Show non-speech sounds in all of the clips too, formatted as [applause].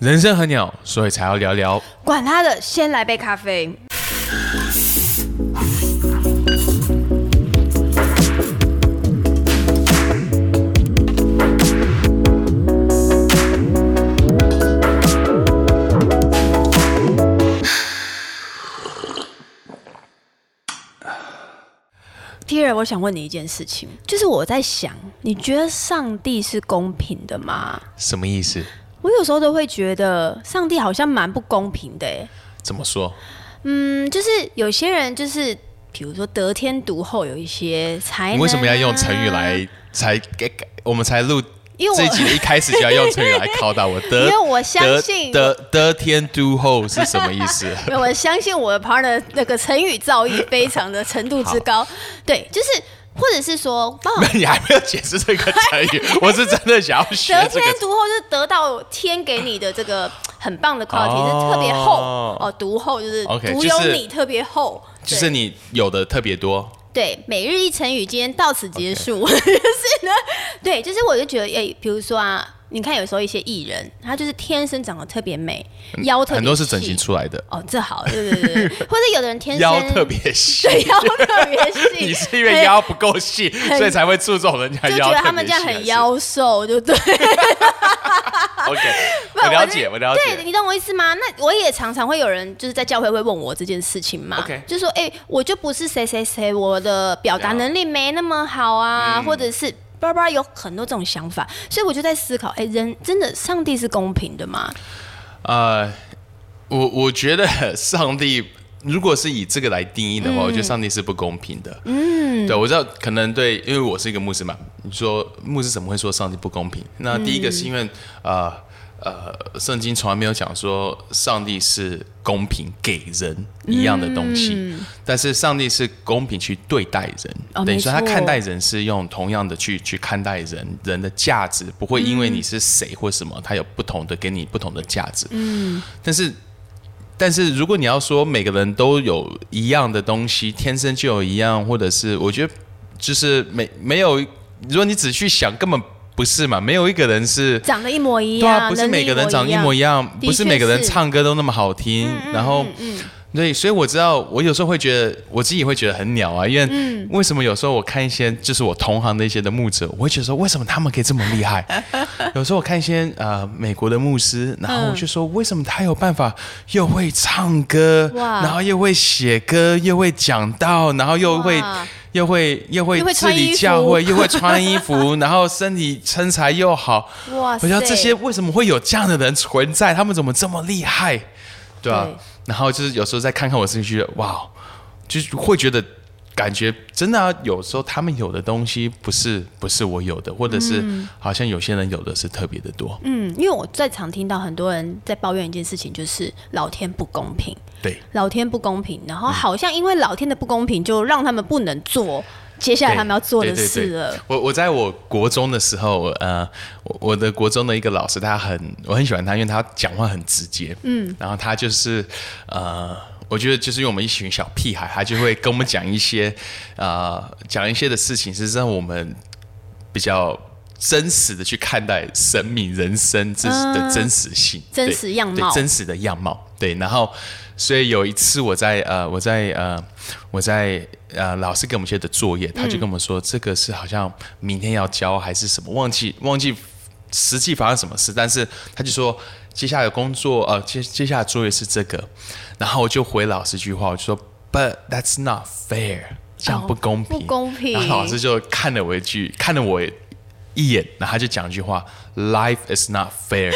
人生很鸟，所以才要聊聊。管他的，先来杯咖啡。Peter，我想问你一件事情，就是我在想，你觉得上帝是公平的吗？什么意思？我有时候都会觉得上帝好像蛮不公平的欸诶。怎么说？嗯，就是有些人就是，比如说得天独厚，有一些才能、啊你为什么要用成语？来才给给我们才录因为这一集我 [laughs] 的一开始就要用成语来拷打我？得，因为我相信得得得天独厚是什么意 [laughs] 思？没有我相信我的 partner 那个成语造诣非常的程度之 [laughs] 高。对，就是或者是说，哦包含那你还没有解释这个成语，我是真的想要 [laughs] 学得这天个。独厚，就是得到天给你的这个很棒的 quality，、哦是特别厚哦，独厚就是 OK，独就有是你特别厚，就是对你有的特别多，对每日一成语，今天到此结束。 [laughs] 就是呢，对，就是我就觉得，哎、比如说啊，你看有时候一些艺人，他就是天生长得特别美，腰特别嗯很多是整细形出来的，哦，这好，对对对，对 [laughs] 或者有的人天生腰特别细。对腰特别细， [laughs] 你是因为腰不够细，所以才会注重人家哎。就腰特别细。觉得他们这样很腰瘦，就对，还是。OK， [laughs] 不我然了就解，我了对解。你懂我意思吗？那我也常常会有人就是在教会会问我这件事情嘛 OK 就说哎、我就不是谁谁谁，我的表达了解能力没那么好啊，嗯或者是叭叭有很多这种想法，所以我就在思考，哎、人真的上帝是公平的吗？呃，我我觉得 [laughs] 上帝如果是以这个来定义的话，嗯我觉得上帝是不公平的。嗯，对，我知道，可能对，因为我是一个牧师嘛，你说牧师怎么会说上帝不公平？那第一个是因为、嗯呃呃，圣经从来没有讲说上帝是公平给人一样的东西，但是上帝是公平去对待人，嗯哦等于说他没错看待人是用同样的去去看待人，人的价值不会因为嗯你是谁或什么，他有不同的给你不同的价值。但是，但是如果你要说每个人都有一样的东西，天生就有一样，或者是我觉得就是没没有，如果你只去想，根本不是嘛，没有一个人是。长得一模一对样，啊，不是每个人长得一模一样，样，的不是确每个人是嗯唱歌都那么好听。然后，对，所以我知道，我有时候会觉得我自己会觉得很鸟啊，因嗯为为什么有时候我看一些就是我同行的一些的牧者，我会觉得说，为什么他们可以这么厉 [laughs] 害？有时候我看一些呃美国的牧嗯师，然后我就说，为什么他有办法又会唱歌，哇然后又会写歌，又会讲道，然后又会哇又会又会又会治穿衣理服教会，又会穿衣服， [laughs] 然后身体身材又好，哇我觉得塞这些为什么会有这样的人存在？他们怎么这么厉害？对啊，对然后就是有时候再看看我自己，觉得哇，就是会觉得感觉真的、啊，有时候他们有的东西不是不是我有的，或者是好像有些人有的是特别的多。嗯，因为我最常听到很多人在抱怨一件事情，就是老天不公平。对，老天不公平，然后嗯好像因为老天的不公平，就让他们不能做接下来他们要做的对对对事了。我我在我国中的时候，呃，我我的国中的一个老师，他很我很喜欢他，因为他讲话很直接，嗯，然后他就是呃。我觉得就是因为我们一群小屁孩，他就会跟我们讲一些，呃，讲一些的事情，是让我们比较真实的去看待生命、人生这的真实性、嗯真对实样对貌真实的样貌。对，然后所以有一次我在呃我在呃我在呃老师给我们写的作业，他就跟我们说、这个是好像明天要交还是什么，忘记忘记实际发生什么事，但是他就说接下来的工作呃接接下来作业是这个，然后我就回老师一句话，我就说 But that's not fair，这样哦不公平，不公平然后老师就看了我一句，看了我一眼，然后他就讲一句话：“Life is not fair,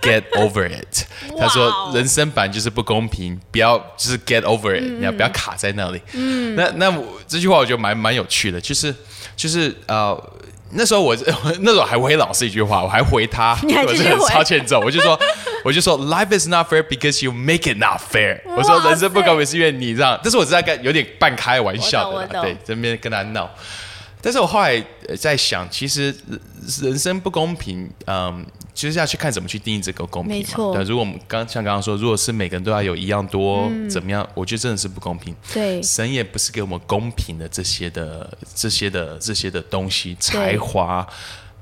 get over [laughs] it。”哇他哦说：“人生版就是不公平，不要就是 get over it，、你要嗯不要卡在那里。”嗯，那那我这句话我觉得蛮蛮有趣的，就是就是呃。那时候我 [laughs] 那时候还回老师一句话，我还回他， [laughs] 你还我继续真的回超欠揍，我就说我就说 life is not fair because you make it not fair。我说哇塞人生不公平是因为你让，但是我是在跟有点半开玩笑的我啦懂我懂对，这边跟他闹。但是我后来呃在想，其实人人生不公平，嗯，就是要去看怎么去定义这个公平没嘛。错对，如果我们刚像刚刚说，如果是每个人都要有一样多，怎么样？我觉得真的是不公平。嗯对神也不是给我们公平的这些的、这些的、这些的东西，才华。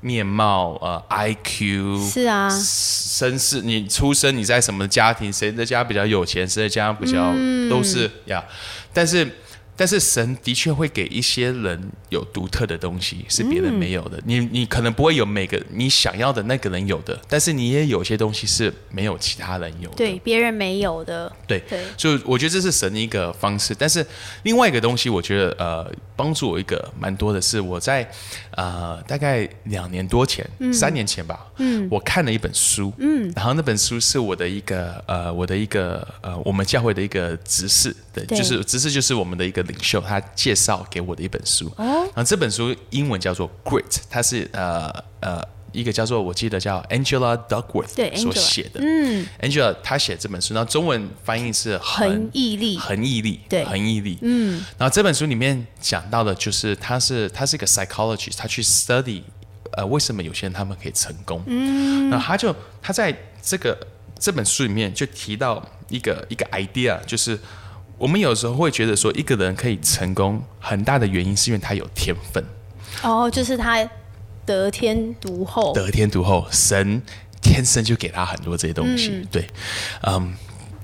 面貌、呃 IQ，是啊身世，你出生你在什么家庭，谁的家比较有钱，谁的家比较、都是呀。但是但是神的确会给一些人有独特的东西，是别人没有的。你你可能不会有每个你想要的那个人有的，但是你也有些东西是没有其他人有的。对别人没有的，对，对所以我觉得这是神的一个方式。但是另外一个东西，我觉得呃，帮助我一个蛮多的是，我在呃大概两年多前、三年前吧，嗯，我看了一本书，嗯，然后那本书是我的一个呃，我的一个呃，我们教会的一个执事的，对就是执事就是我们的一个领袖，他介绍给我的一本书。哦，然后这本书英文叫做《Great》，它是呃呃。一个叫做我记得叫 Angela Duckworth 对所 Angela 写的，嗯，Angela 她写这本书，那中文翻译是恒毅力恒毅力，对恒毅力，嗯。然后这本书里面讲到的就是，他是他是一个 psychologist，他去 study，呃，为什么有些人他们可以成功，嗯。然后他就他在这个这本书里面就提到一个一个 idea，就是我们有时候会觉得说，一个人可以成功，很大的原因是因为他有天分，哦，就是他得天独厚，得天独厚，神天生就给他很多这些东西。对，嗯，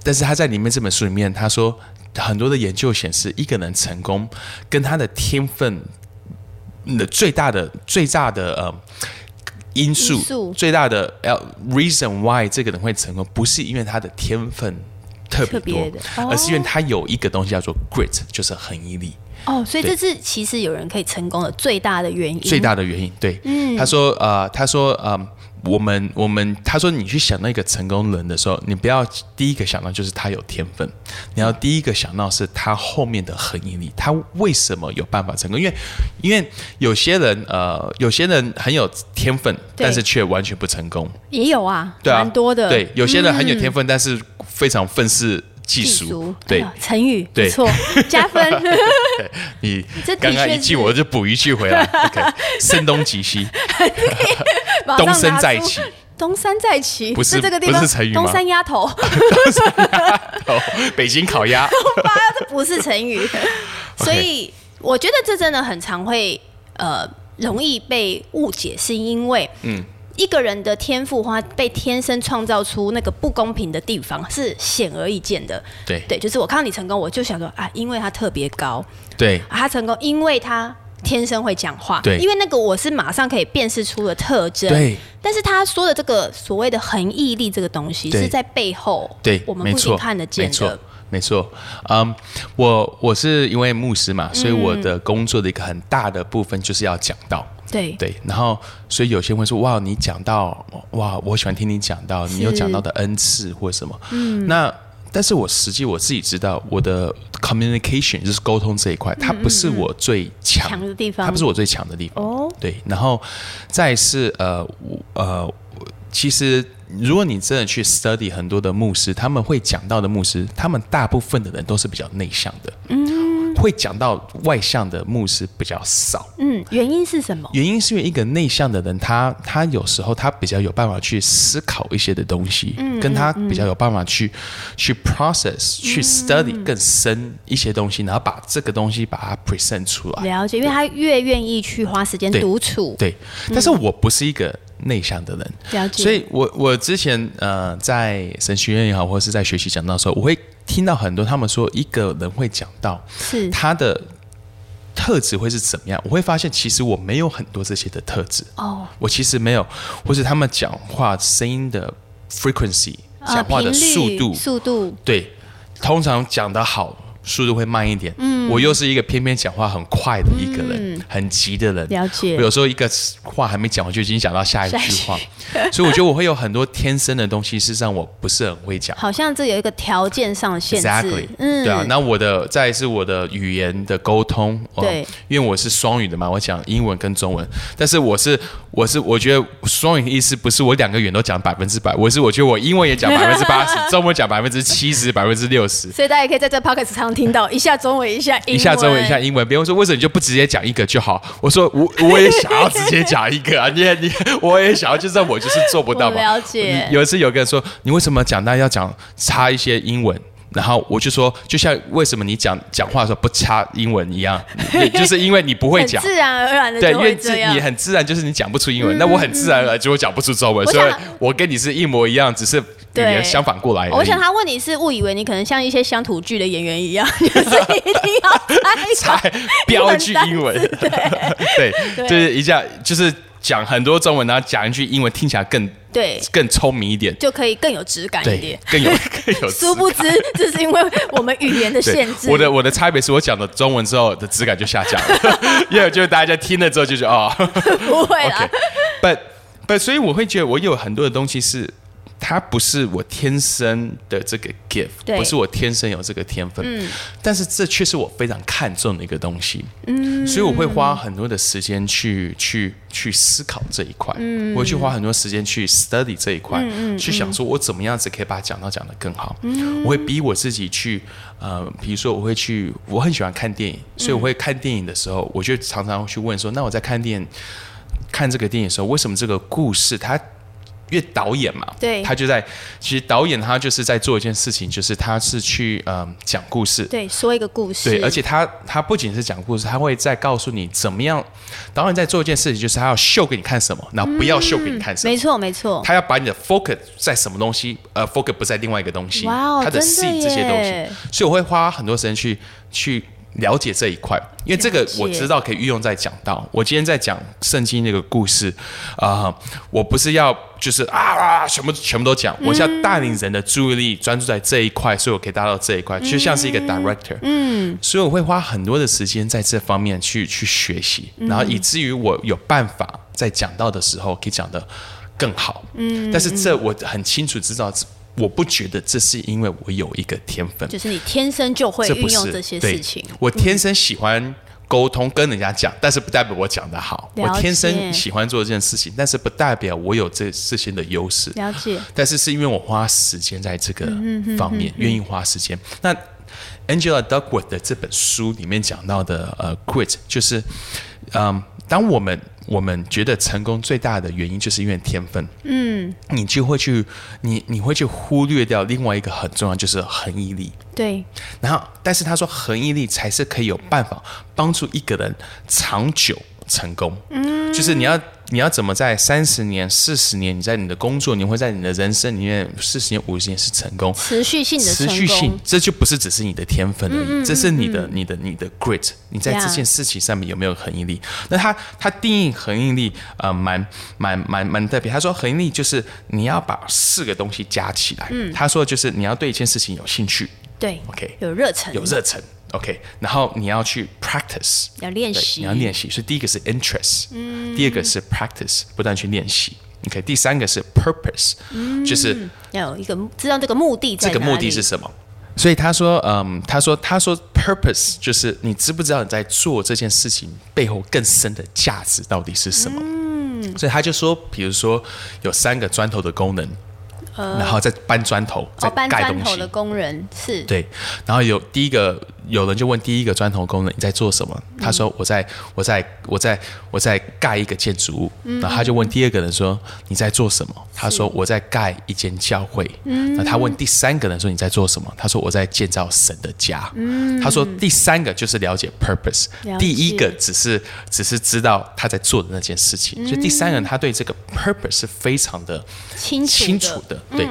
但是他在里面这本书里面，他说很多的研究显示，一个人成功跟他的天分的最大的最大的呃。因素因素最大的呃 reason why 这个人会成功，不是因为他的天分特别特多，别的而是因为他有一个东西叫做 grit，就是恒毅力。哦，所以对这是其实有人可以成功的最大的原因，最大的原嗯因。对，他说呃，他说呃，我们我们他说你去想到一个成功人的时候，你不要第一个想到就是他有天分，你要第一个想到是他后面的恒毅力，他为什么有办法成功？因为因为有些人呃，有些人很有天分，对但是却完全不成功。也有啊，对啊，蛮多的，嗯对，有些人很有天分，但是非常愤世嫉技俗术，，对。哎呦成语对不错，加分， [laughs] 你这的刚刚确一句是我就补一句回来 [laughs] ，OK，声东击西，马上东拿升再出起。东山再起，不是在这个地不方是成语吗东山丫 [laughs] 头，哦，北京烤 [laughs] 鸭，这不是成 [laughs] 语，所以我觉得这真的很常会呃容易被误解，是因为嗯。一个人的天赋花被天生创造出那个不公平的地方是显而易见的，对对，就是我看到你成功，我就想说啊，因为他特别高，对啊他成功，因为他天生会讲话，对因为那个我是马上可以辨识出的特征，对。但是他说的这个所谓的恒毅力这个东西，对是在背后，对，我们没不仅错，看得见没错的，，没错。嗯，我我是因为牧师嗯嘛，所以我的工作的一个很大的部分就是要讲到。对对，然后所以有些人会说：“哇，你讲到哇，我喜欢听你讲到，你有讲到的恩赐或什么。”嗯，那但是我实际我自己知道，我的 communication 就是沟通这一块，它不是我最强嗯强的地方它不是我最强的地方。哦，对，然后再是呃我呃，我其实如果你真的去 study 很多的牧师，他们会讲到的牧师，他们大部分的人都是比较内向的，嗯，会讲到外向的牧师比较少。嗯，原因是什么？原因是因为一个内向的人，他他有时候他比较有办法去思考一些的东西，跟他比较有办法去、去 process 去 study 更深一些东西，然后把这个东西把它 present 出来。了解，因为他越愿意去花时间对独处，对，但嗯是我不是一个内向的人，了解所以我我之前呃在神学院也好，或是在学习讲道的时候，我会听到很多他们说一个人会讲到是他的特质会是怎么样，我会发现其实我没有很多这些的特质哦，我其实没有，或是他们讲话声音的 frequency，呃讲话的频速率度，速度，对，通常讲得好，速度会慢一点。嗯，我又是一个偏偏讲话很快的一个人，很急的人。嗯了解我有时候一个话还没讲完，就已经讲到下一下一句句话，所以我觉得我会有很多天生的东西，事实上我不是很会 [laughs] 讲。好像这有一个条件上的限制 Exactly，嗯，对啊，那我的再来是我的语言的沟通，哦对，因为我是双语的嘛，我讲英文跟中文，但是我是我是我觉得双语的意思不是我两个语言都讲百分之百，我是我觉得我英文也讲百分之八十， [laughs] 中文讲百分之七十、百分之六十，所以大家也可以在这 p o c k e t 常听到一下中文，一下英文，一下中文，一下英文。别人说为什么你就不直接讲一个就好？我说我我也想要直接讲一个啊，你 [laughs] 也你我也想要，就是我就是做不到嘛。我了解有一次有个人说，你为什么讲到要讲插一些英文？然后我就说，就像为什么你讲讲话的时候不插英文一 [laughs] 样，你就是因为你不会很讲，自然而然的对，就因会为这自样你。很自然，就是你讲不出英文，那我很自然而然就会讲不出中文，我所以想我跟你是一模一样，只是语对言相反过来而已。我想他问你是误以为你可能像一些乡土剧的演员一样，就是一定要猜才 [laughs] 标记英文， [laughs] 对，对就是一下就是讲很多中文，然后讲一句英文，听起来更对，更聪明一点，就可以更有质感一对点。，更有 [laughs] 更有殊不知，这是因为我们语言的对限制。我的我的差别是我讲的中文之后的质感就下降了， [laughs] 因为就大家听了之后就觉得哦不会啦。 ，OK，but but 所以我会觉得我有很多的东西是。它不是我天生的这个 gift，对不是我天生有这个天分，但是这却是我非常看重的一个东西，嗯，所以我会花很多的时间去去去思考这一块，嗯，我嗯会去花很多时间去 study 这一块，去想说我怎么样子可以把它讲到讲得更好，我会逼我自己去，呃，比如说我会去，我很喜欢看电影，所以我会看电影的时候，我就常常会去问说，那我在看电影看这个电影的时候，为什么这个故事它因为导演嘛，对他就在其实导演他就是在做一件事情，就是他是去嗯、讲故事，对，说一个故事。对，而且他他不仅是讲故事，他会再告诉你怎么样。导演在做一件事情，就是他要秀给你看什么，然后不要秀给你看什么。没错，没错。他要把你的 focus 在什么东西，呃，focus 不在另外一个东西，哇哦他的真的 see 这些东耶西，所以我会花很多时间去去了解这一块，因为这个了解我知道可以运用在讲到。我今天在讲圣经那个故事，啊、我不是要就是啊啊全部全部都讲，我是要嗯带领人的注意力专注在这一块，所以我可以达到这一块，就像是一个 director，嗯，所以我会花很多的时间在这方面去去学习，嗯然后以至于我有办法在讲到的时候可以讲的。更好。嗯，但是这我很清楚知道，这我不觉得这是因为我有一个天分，就是你天生就会这不运是用这些事情。对我天生喜欢沟通，跟人家讲，但是不代表我讲得好。了我解天生喜欢做这件事情，但是不代表我有这这些的优势。了解，但是是因为我花时间在这个方面，愿意花时间。那 Angela Duckworth 的这本书里面讲到的呃，quit 就是，嗯，当我们我们觉得成功最大的原因，就是因为天分。嗯，你就会去，你你会去忽略掉另外一个很重要，就是恒毅力。对，然后，但是他说恒毅力才是可以有办法帮助一个人长久成功。嗯，就是你要你要怎么在三十年、四十年，你在你的工作，你会在你的人生里面四十年、五十年是成功。持续性的持成功，嗯续性，这就不是只是你的天分而已，这是你的、你的、你的 grit，你在 Yeah 这件事情上面有没有恒毅力？那他他定义恒毅力，呃，蛮蛮蛮蛮特别。他说恒毅力就是你要把四个东西加起来。嗯他说就是你要对一件事情有兴趣，对 OK 有热忱，有热忱。OK，然后你要去 practice，要练对习嗯你要练习。所以第一个是 interest，、第二个是 practice，不断去练习。OK，第三个是 purpose，、就是嗯要有一个知道这个目的在这个目的是哪里哦什么。所以他说，嗯，他说，他说，purpose 就是你知不知道你在做这件事情背后更深的价值到底是什么？嗯所以他就说，比如说有三个砖头的功能，然后再搬砖头，再呃哦，搬盖砖东头西。的工人是对，然后有第一个有人就问第一个砖头工人你在做什么？他说我在我在我在我在盖一个建筑物。然后他嗯就问第二个人说你在做什么？他说我在盖一间教会。嗯那他问第三个人说你在做什么？他说我在建造神的家。他说第三个就是了解 purpose，嗯了第一解个只是只是知道他在做的那件事嗯情，所以第三个人他对这个 purpose 是非常的清楚嗯清楚的，对，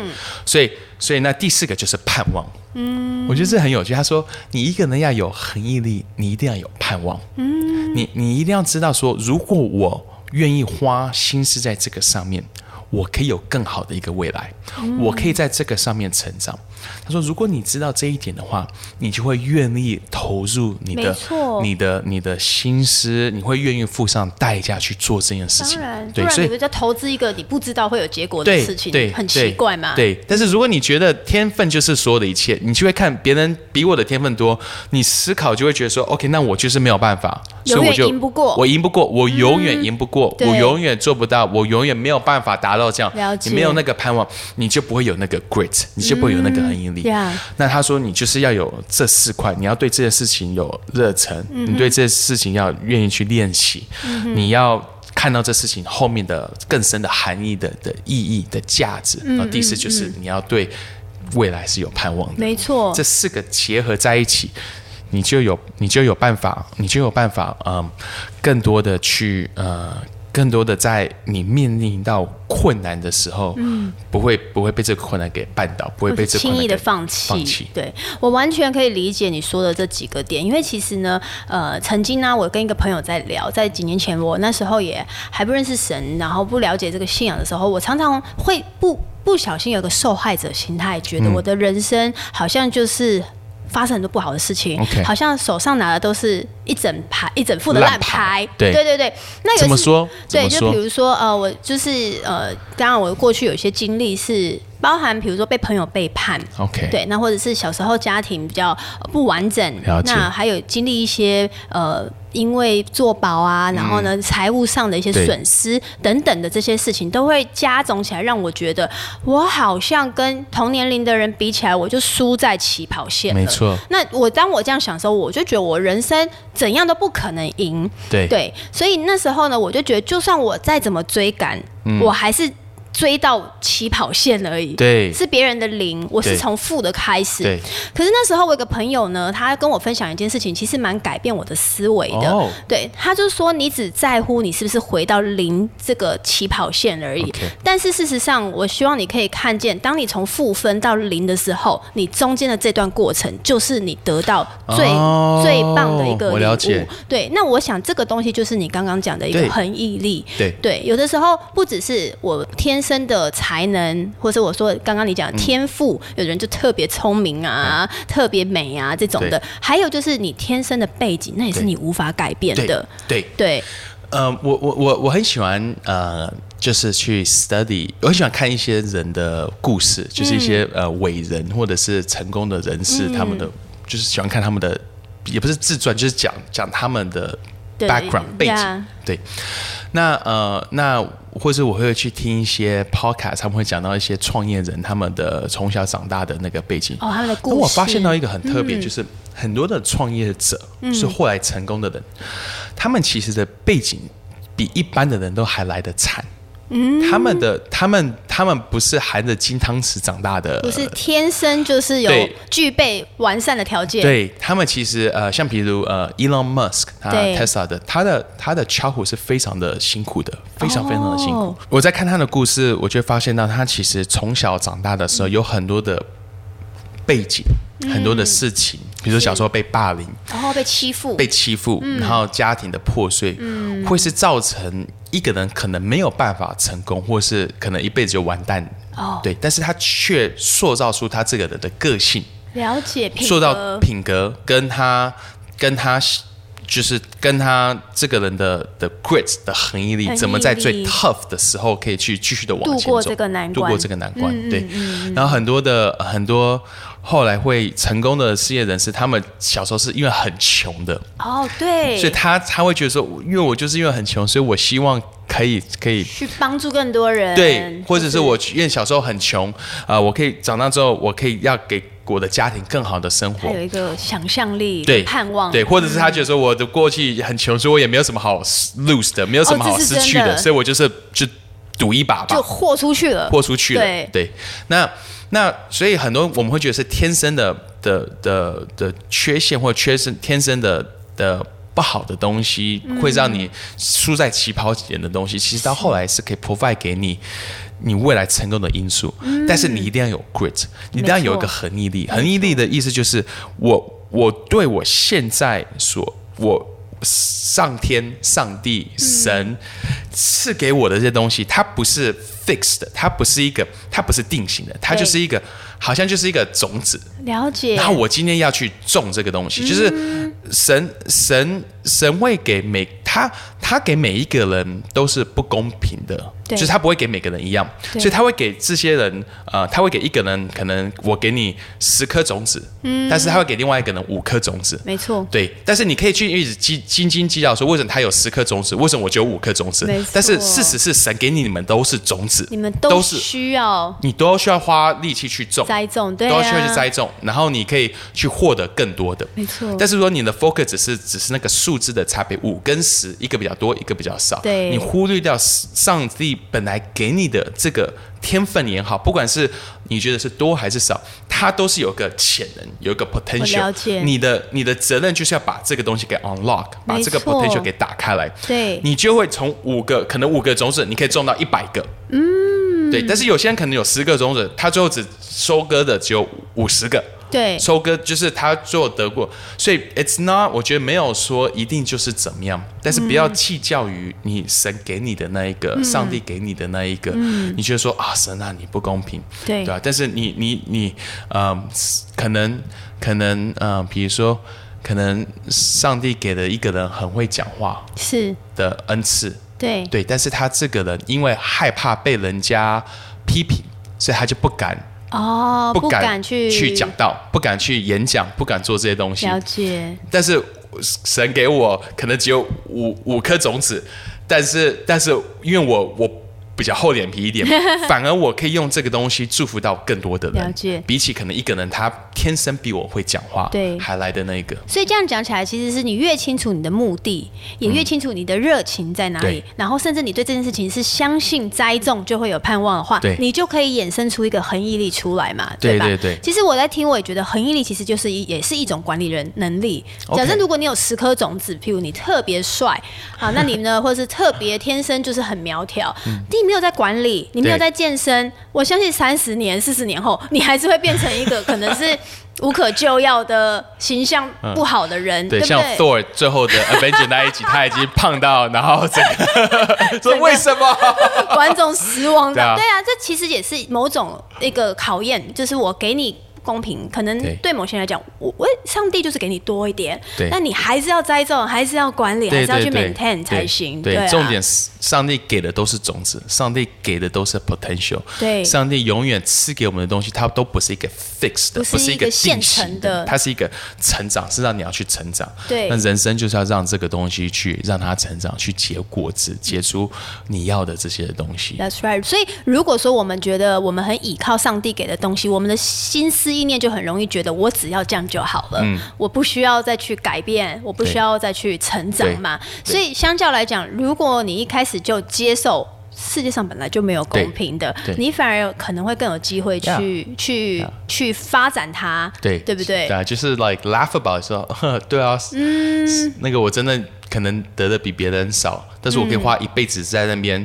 所以所以那第四个就是盼望，嗯，我觉得这很有趣。他说，你一个人要有恒毅力，你一定要有盼望，嗯，你你一定要知道说，如果我愿意花心思在这个上面，我可以有更好的一个未来，嗯我可以在这个上面成长。他说，如果你知道这一点的话，你就会愿意投入你没的错你的你的心思，你会愿意付上代价去做这件事当情然，，不对，然所你以不。就投资一个你不知道会有结果的对事情，对，很奇怪嘛？对，对但是如果你觉得天分就是所有的一切，你就会看别人比我的天分多，你思考就会觉得说，OK，那我就是没有办法，永所以远我就赢不过嗯我赢不过，我永远赢不过，对我永远做不到，我永远没有办法达到这样了。解你没有那个盼望，你就不会有那个 grit，你就不会有那个恒毅力。嗯 yeah 那他说，你就是要有这四块，你要对这件事情有热忱，你对这件事情要愿意去练习，你要看到这事情后面的更深的含义的的意义的价值。然后第四就是你要对未来是有盼望的。没错这，四个结合在一起，你就有你就有办法，你就有办法，嗯，更多的去呃，更多的在你面临到困难的时候，嗯，不会不会被这个困难给绊倒，不会或被是这个困轻难易的给放弃。放弃对我完全可以理解你说的这几个点，因为其实呢，呃，曾经呢、我跟一个朋友在聊，在几年前，我那时候也还不认识神，然后不了解这个信仰的时候，我常常会不不小心有个受害者心态，觉嗯得我的人生好像就是。发生很多不好的事情 OK 好像手上拿的都是一整排一整副的烂烂牌牌。对对对对，那有怎么一次说？怎对，么就说比？如说呃，我就是呃，当然我过去有一些经历是包含，比如说被朋友背叛。 OK，对，那或者是小时候家庭比较呃不完整了，解那还有经历一些呃，因为做保啊，然后呢财务上的一些嗯对损失等等的这些事情，都会加总起来，让我觉得我好像跟同年龄的人比起来，我就输在起跑线了。没错，那我当我这样想的时候，我就觉得我人生怎样都不可能赢。对对，所以那时候呢，我就觉得，就算我再怎么追赶，嗯我还是追到起跑线而已。对是别人的零，我是对从负的开始。对可是那时候我有个朋友呢，他跟我分享一件事情，其实蛮改变我的思维的。哦对，他就说你只在乎你是不是回到零这个起跑线而已。 OK 但是事实上，我希望你可以看见，当你从负分到零的时候，你中间的这段过程就是你得到最、哦最棒的一个我礼了物解。对，那我想这个东西就是你刚刚讲的一个对恒毅力。对对，有的时候不只是我天生的才能，或是我说刚刚你嗯讲的天赋，有的人就特别聪明啊，特别美啊这种的，还有就是你天生的背景，那也是对你无法改变对的。对，对，呃，我我我我很喜欢呃，就是去 study，我很喜欢看一些人的故事，就是一些、嗯呃伟人或者是成功的人士，他们的就是喜欢看他们的，也不是自传，就是讲讲他们的对 background 背景。 yeah 对，那呃，那或者我会去听一些 podcast，他们会讲到一些创业人他们的从小长大的那个背景。哦他们的故那我事嗯发现到一个很特别，就是很多的创业者、是后来成功的人，他们其实的背景比一般的人都还来得惨。嗯他们的他们他们不是含着金汤匙长大的，不是天生就是有对具备完善的条件。对他们其实呃，像比如呃，Elon Musk 他对 Tesla 的，他的他的 childhood 是非常的辛苦的，非常哦非常的辛苦。我在看他的故事，我就发现到他其实从小长大的嗯时候有很多的背景，很多的事情，比如说小时候被霸凌，然后被欺负，被欺负，嗯然后家庭的破碎，会是造成一个人可能没有办法成功，或是可能一辈子就完蛋。哦对，但是他却塑造出他这个人的个性。了解品格说到品格，跟他跟他就是跟他这个人的的 grit 的恒毅恒毅力，力怎么在最 tough 的时候可以去继续的往前走，度过这个难关嗯度过这个难关。对，然后很多的很多后来会成功的事业人士，他们小时候是因为很穷的，哦，对，所以他他会觉得说，因为我就是因为很穷，所以我希望可以可以去帮助更多人，对，或者是我因为小时候很穷啊、呃我可以长大之后，我可以要给我的家庭更好的生活还。有一个想象力、对，盼望，嗯对，或者是他觉得说我的过去很穷，所以我也没有什么好 lose 的，没有什么哦好这是失去真的，的所以我就是就赌一把吧，就豁出去了，豁出去了。对那那所以很多我们会觉得是天生的的的的缺陷，或缺生天生的的不好的东西，会让你输在起跑点的东西，其实到后来是可以 provide 给你。你未来成功的因素，但是你一定要有 grit，你一定要有一个恒毅力。恒毅力的意思就是，我我对我现在所我上天、上帝、神赐给我的这些东西，它不是 fixed 的，它不是一个，它不是定型的，它对就是一个，好像就是一个种子。了解然。后我今天要去种这个东嗯西，就是神神神会给每他他给每一个人都是不公平的，对就是他不会给每个人一样，对所以他会给这些人，呃，他会给一个人可能我给你十颗种子，但是他会给另外一个人五颗种子，嗯没错，对，但是你可以去一直斤斤斤计较，说为什么他有十颗种子，为什么我只有五颗种子没错？但是事实是，神给你们都是种子，你们都都是需要你都需要花力气去种，栽种，对、啊，都要需要去栽种，然后你可以去获得更多的。没错但是说你的 focus 只是只是那个数字的差别，五跟十，一个比较多，一个比较少。对你忽略掉上帝本来给你的这个天分也好，不管是你觉得是多还是少，它都是有个潜能，有一个 potential。我了解你的你的责任就是要把这个东西给 unlock，把这个没错 potential 给打开来。对你就会从五个可能五个种子，你可以种到一百个。嗯，对。但是有些人可能有十个种子，他最后只收割的只有五十个。对，收割就是他做得过，所以 it's not，我觉得没有说一定就是怎么样，但是不要计较于你神给你的那一个，嗯上帝给你的那一个，你觉得说啊神啊你不公平，对对吧、啊但是你你你，呃，可能可能呃，比如说可能上帝给了一个人很会讲话是，的恩赐，对，对，但是他这个人因为害怕被人家批评，所以他就不敢哦，不敢去去讲道，不敢去演讲，不敢做这些东西。了解，但是神给我可能只有五五颗种子，但是但是因为我我比较厚脸皮一 [laughs] 点，反而我可以用这个东西祝福到更多的人。了解比起可能一个人他天生比我会讲话，对还来的那个。所以这样讲起来，其实是你越清楚你的目的，也越清楚你的热情在哪里，对然后甚至你对这件事情是相信栽种就会有盼望的话对，你就可以衍生出一个恒毅力出来嘛，对吧？对对其实我在听，我也觉得恒毅力其实就是一也是一种管理人能力。假设 OK 如果你有十颗种子，譬如你特别帅啊， [laughs] 那你呢，或者是特别天生就是很苗条，嗯你没有在管理，你没有对在健身，我相信三十年、四十年后，你还是会变成一个 [laughs] 可能是无可救药的形象不好的人，嗯对，不像对？ Thor 最后的 Avenger 那一集，他已经胖到，然后整 [laughs] 个说为什么？观众失 [laughs] 望对的，啊对啊，这其实也是某种一个考验，就是我给你。公平，可能对对某些人来讲，我我上帝就是给你多一点，对但你还是要栽种，还是要管理，还对是要对去对 maintain 才对行。对，啊重点是上帝给的都是种子，上帝给的都是 potential。对上帝永远赐给我们的东西，它都不是一个 fixed 的，不是一个定现型成的的，它是一个成长，是让你要去成长。对那人生就是要让这个东西去让它成长，去结果子，结出你要的这些东西。 That's right。所以，如果说我们觉得我们很倚靠上帝给的东西，我们的心思意念就很容易觉得我只要这样就好了，嗯我不需要再去改变，我不需要再去成长嘛。对所以，相较来讲，如果你一开始就接受。世界上本来就没有公平的对，对你反而有可能会更有机会去 Yeah 去去发展它，对对不对？对啊，就是 like laugh about 说， [laughs] 呵对啊，嗯，那个我真的可能得的比别人少，但是我嗯可以花一辈子在那边，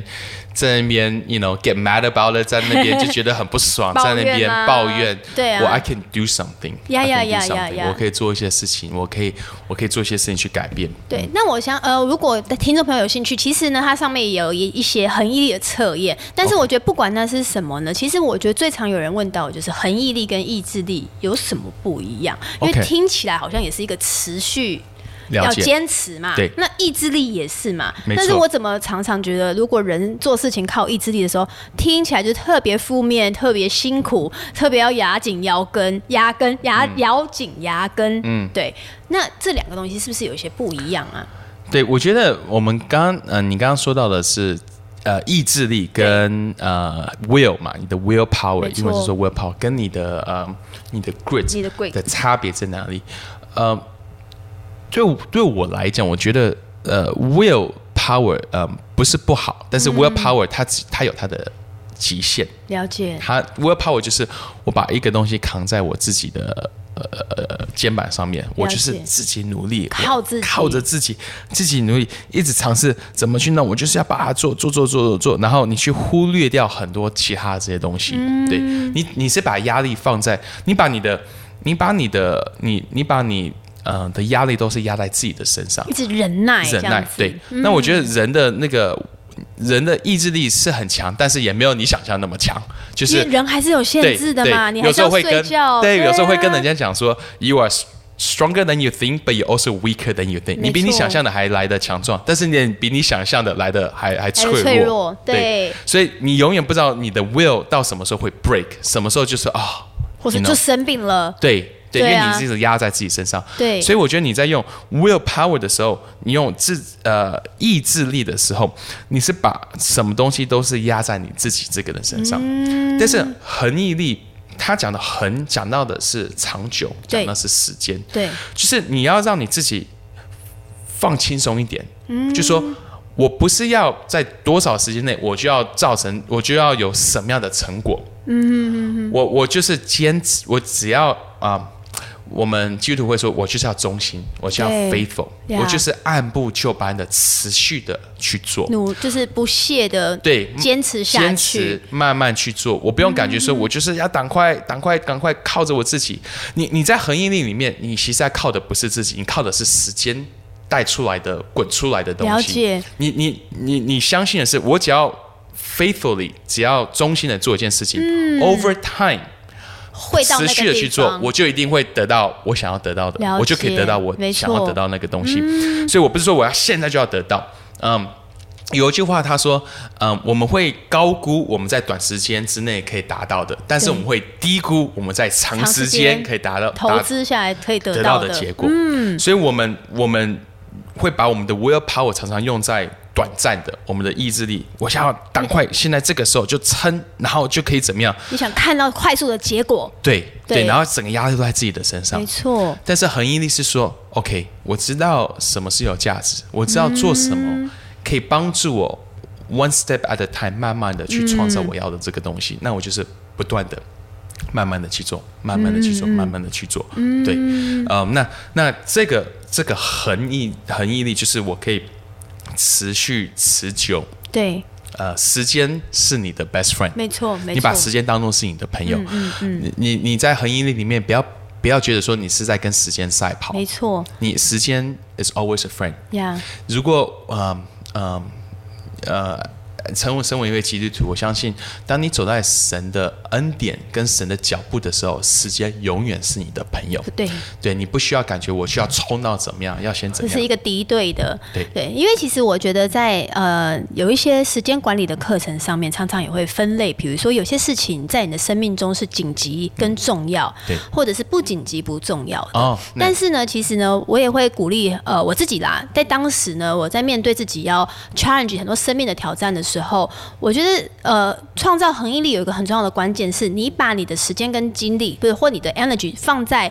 在那边，you know get mad about it，在那边就觉得很不爽， [laughs] 抱在怨那边啊抱怨，对啊我 I can do something，呀 I can 呀 do 呀 something，呀呀我可以做一些事情，我可以我可以做一些事情去改变，对，那我想，呃，如果听众朋友有兴趣，其实呢，它上面也有一一些恒毅力的测验，但是我觉得不管那是什么呢，其实我觉得最常有人问到，就是恒毅力跟意志力有什么不一样？因为 OK 听起来好像也是一个持续。了要解坚持嘛，对那意志力也是嘛。没但是错我怎么常常觉得，如果人做事情靠意志力的时候，听起来就特别负面、特别辛苦、特别要咬紧牙根、牙根、牙、嗯咬紧牙根。嗯，对。那这两个东西是不是有一些不一样啊？对，我觉得我们刚嗯、呃，你刚刚说到的是呃意志力跟呃 will 嘛，你的 will 没 power，错英文是说 will power，跟你的呃你的 grit，你的 grit 的差别在哪里？呃，对我对我来讲，我觉得呃 will power 呃不是不好，但嗯是 will power 它只它有它的极限，了解，它 will power 就是我把一个东西扛在我自己的呃呃呃肩膀上面，我就是自己努力，靠自己我靠着自己，自己努力，一直尝试怎么去弄，我就是要把它做做做做做做，然后你去忽略掉很多其他的这些东西。嗯对你，你是把压力放在你把你的，你把你的，你你把你呃的压力都是压在自己的身上一，直忍耐，忍这样耐子。。嗯对，那我觉得人的那个人的意志力是很强，但是也没有你想象那么强，就因是为人还是有限对制的对嘛，你还有是时候要会跟睡觉。对，有时候会跟啊人家讲说，you are stronger than you think, but you also weaker than you think。没你比你错想象的还来的强壮，但是你比你想象的来的还还脆弱。脆弱对所以你永远不知道你的 will 到什么时候会 break，什么时候就是啊，或者 you know，就生病了。对。对，对因为啊你自己压在自己身上，对所以我觉得你在用 will power 的时候，你用自呃意志力的时候，你是嗯把什么东西都是压在你自己这个人身上，但是恒毅力他讲的很讲到的是长久，对讲到是时间，对，就是你要让你自己放轻松一点，就说我不是要在多少时间内我就要造成，我就要有什么样的成果，嗯，我我就是坚持，我只要啊、我们基督徒会说，我就是要忠心，我就要对 faithful， Yeah 我就是按部就班的持续的去做，努就是不懈的对，坚持下坚去持，慢慢去做，我不用感觉说我就是要赶快、赶快、赶快靠着我自己。你你在恒毅力里面，你其实在靠的不是自己，你靠的是时间带出来的、滚出来的东西。了解你你你你相信的是，我只要 faithfully，只要忠心的做一件事情、o 嗯 v e r time。会到持那个续的地去做方，我就一定会得到我想要得到的了，解我就可以得到我没错嗯想要得到那个东西。所以我不是说我要现在就要得到，嗯。有一句话，他说：“嗯，我们会高估我们在短时间之内可以达到的，但是对我们会低估我们在长时间可以达到投达资下来可以得得到到的的结果。嗯，所以我们我们会把我们的 willpower 常常用在短暂的，我们的意志力，我想要赶快现在这个时候就撑，然后就可以怎么样？你想看到快速的结果，对对对，然后整个压力都在自己的身上没。错，但是恒毅力是说，OK，我知道什么是有价值，我知道做什么、可以帮助我 one step at a time，慢慢的去创造我要的这个东西。那我就是不断的。慢慢的去做，慢慢的去做，慢慢的去做，对，嗯，那那这个这个恒毅恒毅力就是我可以持续持久，对，呃，时间是你的 best friend，没错，没错，嗯你把时间当做是你的朋友，你你你在恒毅力里面不要不要觉得说你是在跟时间赛跑没，错你时间 is always a friend。呀，如果嗯嗯呃，成为身为一位基督徒，我相信当你走在神的恩典跟神的脚步的时候，时间永远是你的朋友。对，对你不需要感觉我需要冲到怎么样，要先怎这么是一样。个敌对的，对因为其实我觉得在呃有一些时间管理的课程上面，常常也会分类，比如说有些事情在你的生命中是紧急跟重要，对或者是不紧急不重要的。哦那但是呢，其实呢，我也会鼓励呃我自己啦，在当时呢，我在面对自己要 challenge 很多生命的挑战的时候，我觉得呃创造恒毅力有一个很重要的关键是，你把你的时间跟精力，不是或你的 energy 放在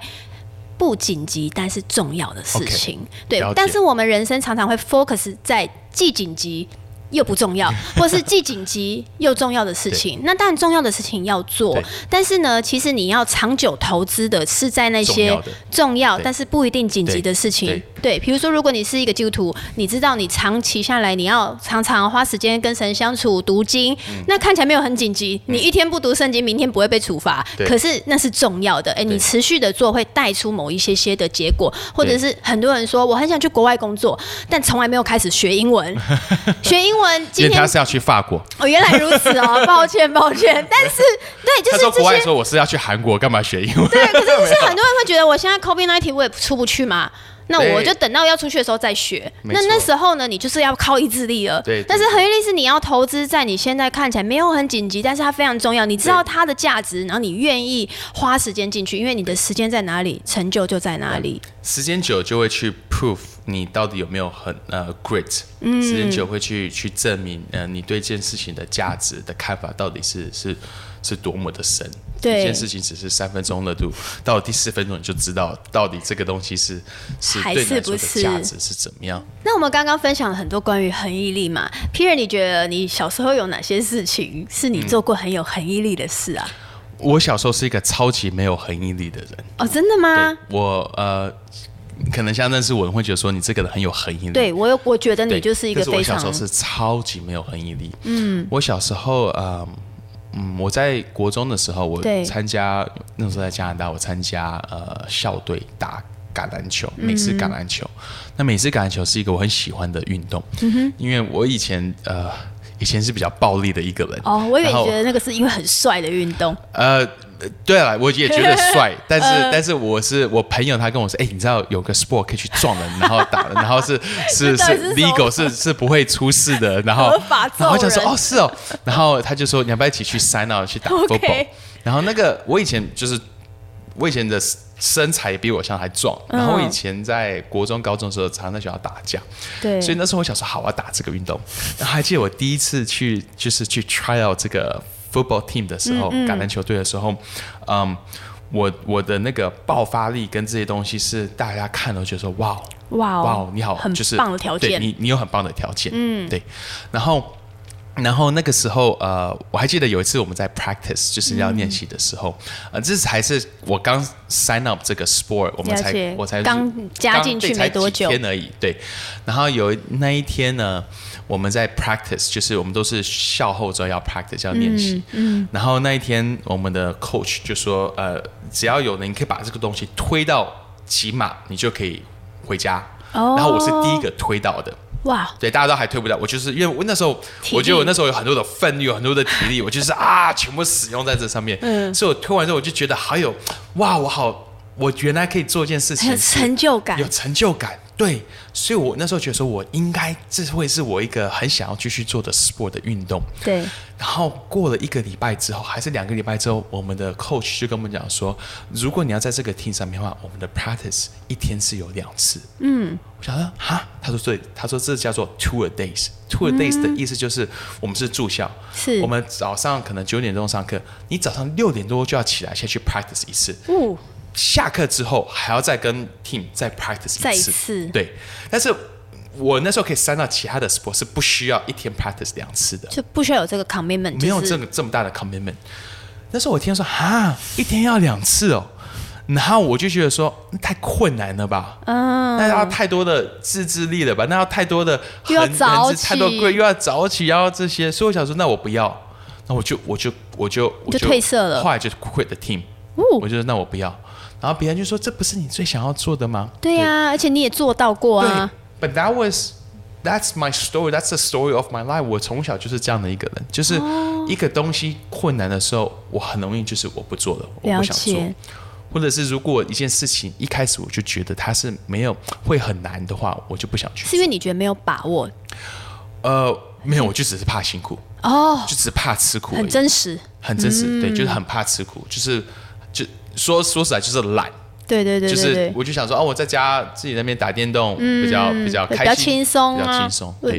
不紧急但是重要的事 OK，情。对了，解但是我们人生常常会 focus 在既紧急。又不 [laughs] 重要，或是既紧急又重要的事情。那当然重要的事情要做对，但是呢，其实你要长久投资的是在那重些要的重要对但是不一定紧急的事情。对，比如说，如果你是一个基督徒，你知道你长期下来你要常常花时间跟神相处、读经，嗯那看起来没有很紧急。你一天不读圣经，明天不会被处罚，对可是那是重要的。哎，你对持续的做会带出某一些些的结果，或者对是很多人说我很想去国外工作，但从来没有开始学 [laughs] 英文。学英文，因今为他天是要去法国，哦，原来如此 [laughs] 哦，抱歉抱歉，但是对，就他是说这国外些。说我是要去韩国，干嘛学英文？对，可 [laughs] 是就是很多人会觉得，我现在 COVID 1 9我也出不去嘛，那对我就等到要出去的时候再学。没那错那时候呢，你就是要靠意志力了。对对但是恒毅力是你要投资在你现在看起来没有很紧急，但是它非常重要，你知道它的价值，然后你愿意花时间进去，因为你的时间在哪里，成就就在哪里。时间久就会去 proof 你到底有没有很呃 great，、时嗯间久会去去证明呃你对一件事情的价值的看法到底是是是多么的深。对一件事情只是三分钟热度，到了第四分钟你就知道到底这个东西是是还对是你来说不的是价值是怎么样。那我们刚刚分享了很多关于恒毅力嘛，Peter，你觉得你小时候有哪些事情是嗯你做过很有恒毅力的事啊？我小时候是一个超级没有恒毅力的人，哦，真的吗？对我呃。可能像认识我的人会觉得说你这个人很有恒毅力，对我有，我觉得对你就是一个但是非我常小时候是超级没有恒毅力。嗯，我小时候，嗯嗯，我在国中的时候，我对参加那时候在加拿大，我参加呃校队打橄榄球，嗯美式橄榄球。那美式橄榄球是一个我很喜欢的运动，嗯因为我以前呃以前是比较暴力的一个人。哦，我以为然你后觉得那个是因为很帅的运动，呃，对了，我也觉得 [laughs] 帅，但是、呃但是我是我朋友，他跟我说，哎、你知道有个 sport 可以去撞人，然后打人，然后 [laughs] 是是这到底是是什么 legal 是是不会出事的，然后合法然后我想揍说人哦是哦，然后他就说你要不要一起去 sign out 去打 [laughs] OK football？、然后那个我以前就是我以前的身材比我现在还壮，然后我嗯以前在国中高中的时候常常在学校打架，对所以那时候我想说，好，我要打这个运动。然后还记得我第一次去，就是去 try out 这个 football team 的时嗯候，橄榄球队的时候，嗯，我我的那个爆发力跟这些东西是大家看了就说哇哦哇哦哇哦，你好，很就是棒的条对件，你你有很棒的条件，嗯，对，然后。然后那个时候，呃，我还记得有一次我们在 practice，就是要练习的时候，嗯呃，这是还是我刚 sign up 这个 sport，我们了才解我才刚加刚进去对才没多几久天而已，对。然后有那一天呢，我们在 practice，就是我们都是校后之后要 practice 要练习，嗯。然后那一天我们的 coach 就说，呃，只要有人可以把这个东西推到骑马，你就可以回家。哦然后我是第一个推到的。哇，对，大家都还推不了。我就是因为我那时候，体力我觉得我那时候有很多的愤怒，有很多的体力，我就是啊，全部使用在这上面。嗯，所以我推完之后，我就觉得好有哇，我好，我原来可以做一件事很情有是成就感有，成就感。对，所以我那时候觉得说，我应该这会是我一个很想要继续做的 sport 的运动。对，然后过了一个礼拜之后，还是两个礼拜之后，我们的 coach 就跟我们讲说，如果你要在这个 team 上面的话，我们的 practice 一天是有两次。嗯，我想说哈，他说对，他说这叫做 two a days。two a days 的意思就是我们是住校，嗯是我们早上可能九点钟上课，你早上六点多就要起来先去 practice 一次，哦，下课之后还要再跟 team 再 practice 再一一次，次对，但是。我那时候可以删到其他的 sport 是不需要一天 practice 两次的，就不需要有这个 commitment，没有就是这个这么大的 commitment。那时候我听说哈，一天要两次哦，然后我就觉得说嗯太困难了吧，嗯，那要太多的自制力了吧，那要太多的又要很很早自太多起贵，又要早起，要这些，所以我想说，那我不要，那我就我就我就我就退社了后来就 quit the team，、哦我就说那我不要，然后别人就说这不是你最想要做的吗？对呀、而且你也做到过啊，对，But that was that's my story. That's the story of my life. 我从小就是这样的一个人，就是哦一个东西困难的时候，我很容易就是我不做了，我了不想做解。或者是如果一件事情一开始我就觉得它是没有会很难的话，我就不想去是。因为你觉得没有把握呃，没有，我就只是怕辛苦，哦，就只是怕吃苦而很嗯已，真实，很真实，对，就是很怕吃苦，就是就说说实在就是懒，对对对就对对是，我就想说，哦，我在家自己那边打电动，比较比较对开心，比较轻松啊比较轻松。对，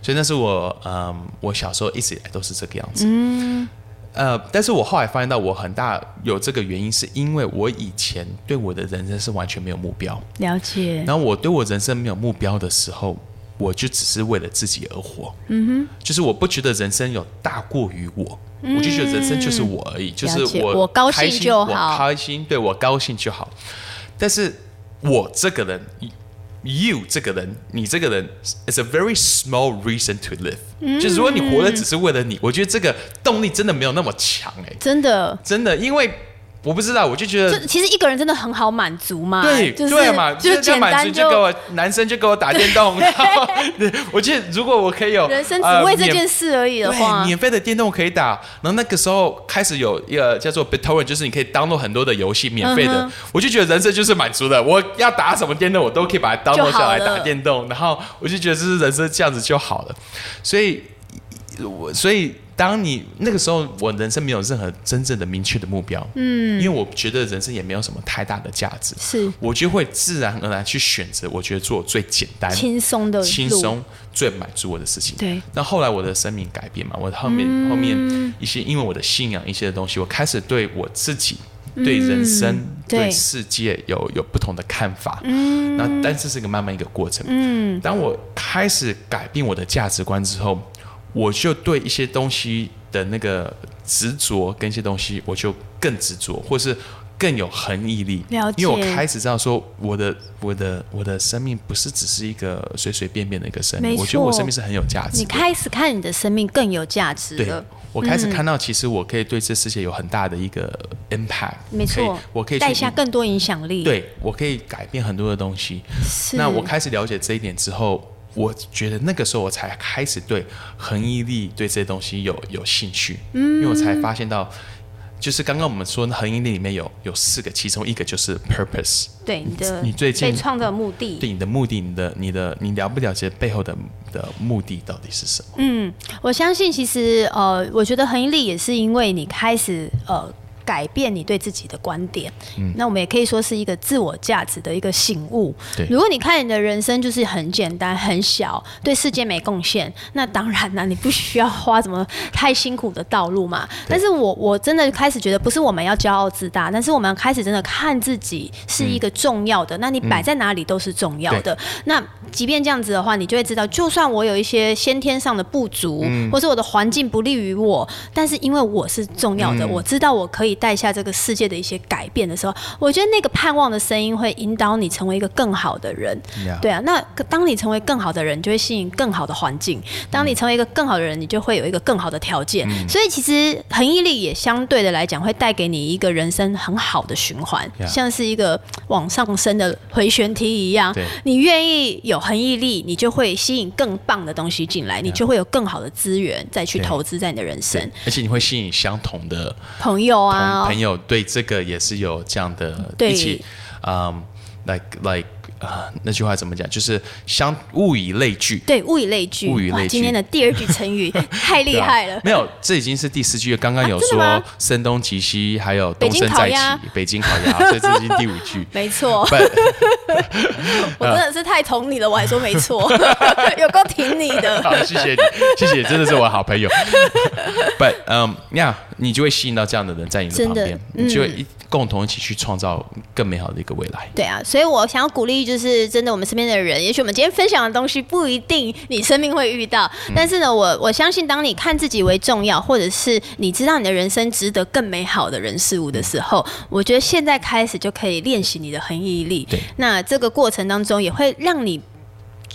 所以那是我，嗯，我小时候一直以来都是这个样子。嗯，呃，但是我后来发现到，我很大有这个原因，是因为我以前对我的人生是完全没有目标。了解，然后我对我人生没有目标的时候，我就只是为了自己而活。嗯哼，就是我不觉得人生有大过于我，我就觉得人生就是我而已，就是嗯了解我我高兴开心就好我开心，对我高兴就好。但是我这个人，you 这个人，你这个人，is a very small reason to live、就是如嗯果你活的只是为了你，我觉得这个动力真的没有那么强哎、真的。真的，因为我不知道，我就觉得就其实一个人真的很好满足嘛，对、就是对嘛，就是这样简满单足就给我男生就给我打电 [laughs] 动，然后我记得如果我可以有人生呃只为这免件事而已的对，话，免费的电动可以打。然后那个时候开始有一个叫做 BitTorrent，就是你可以 download 很多的游戏，免费的。嗯我就觉得人生就是满足的，我要打什么电动，我都可以把它 download 下来就好了打电动。然后我就觉得这是人生这样子就好了。所以，我所以当你那个时候，我人生没有任何真正的明确的目标，嗯，因为我觉得人生也没有什么太大的价值，是我就会自然而然去选择我觉得做最简单、轻松的路轻松最满足我的事情。对，那后来我的生命改变嘛，我后面、嗯后面一些因为我的信仰一些东西，我开始对我自己、对人生、嗯对对世界有有不同的看法。嗯，那但是是个慢慢一个过程。嗯，当我开始改变我的价值观之后，我就对一些东西的那个执着跟一些东西，我就更执着，或是。更有恒毅力，了解因为我开始知道说，我的、我的、我的生命不是只是一个随随便便的一个生命，没我觉得我错生命是很有价值你的。开始看你的生命更有价值对了，，我开嗯始看到，其实我可以对这世界有很大的一个 impact，没可错以，我可以去带下影更多影响力，，对我可以改变很多的东西。是那我开始了解这一点之后，我觉得那个时候我才开始对恒毅力对这些东西有有兴趣，因嗯为我才发现到，就是刚刚我们说的恒毅力里面有有四个，其中一个就是 purpose。对你的你最近被创造的目的，对你的目的，你的你的你了不了解背后的的目的到底是什嗯么？我相信其实呃，我觉得恒毅力也是因为你开始呃改变你对自己的观点。嗯那我们也可以说是一个自我价值的一个醒悟对。如果你看你的人生就是很简单、很小，对世界没贡献，那当然啦、你不需要花什么太辛苦的道路嘛。但是我我真的开始觉得，不是我们要骄傲自大，但是我们开始真的看自己是一个重要的，那你摆在哪里都是重要的。那即便这样子的话，你就会知道，就算我有一些先天上的不足，或是我的环境不利于我，但是因为我是重要的，我知道我可以带下这个世界的一些改变的时候，我觉得那个盼望的声音会引导你成为一个更好的人。 Yeah 对啊，那当你成为更好的人，你就会吸引更好的环境；当你嗯成为一个更好的人，你就会有一个更好的条件。所以其实恒毅力也相对的来讲，会带给你一个人生很好的循环 Yeah 像是一个往上升的回旋梯一样对。你愿意有恒毅力，你就会吸引更棒的东西进来，你就会有更好的资源再去对投资在你的人生对，，而且你会吸引相同的朋友同啊，朋友，对这个也是有这样的对一起，嗯，like like 啊、那句话怎么讲？就是相物以类聚，对，物以类聚。物以哇类聚今天的第二句 [laughs] 成语太厉对啊吧害了。没有，这已经是第四句了。刚刚有啊真的说吗声东击西，还有东升再北京烤鸭。起，北京烤鸭，这这已经第五句 [laughs] 没错， But 我真的是太宠你了，我还说没 [laughs] 错， [laughs] 有够挺你的。好，谢谢你，谢谢，真的是我好朋友。But 嗯、呀，你就会吸引到这样的人在你的真旁的嗯边，你就会一共同一起去创造更美好的一个未来。对啊，所以我想要鼓励，就是真的我们身边的人，也许我们今天分享的东西不一定你生命会遇到，嗯但是呢，我我相信，当你看自己为重要，或者是你知道你的人生值得更美好的人事物的时候，我觉得现在开始就可以练习你的恒毅力嗯对。那这个过程当中，也会让你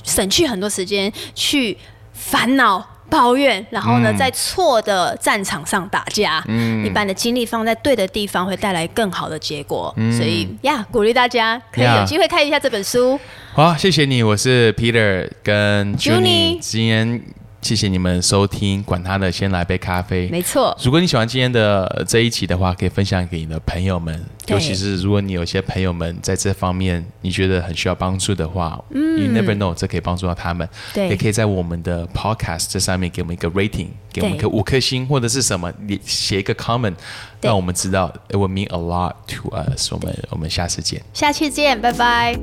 省去很多时间去烦恼。抱怨，然后呢，在错的战场上打架，嗯，你把你的精力放在对的地方，会带来更好的结果。所以呀，鼓励大家可以呀有机会看一下这本书。好，谢谢你，我是 Peter 跟 Juni， Juni 今天谢谢你们收听，管他的，先来杯咖啡。没错，如果你喜欢今天的呃这一期的话，可以分享给你的朋友们，对尤其是如果你有些朋友们在这方面你觉得很需要帮助的话，嗯，you never know，这可以帮助到他们。对也可以在我们的 podcast 这上面给我们一个 rating，给我们一个对五颗星或者是什么，你写一个 comment，对让我们知道，it will mean a lot to us。我们我们下次见。下期见，拜拜。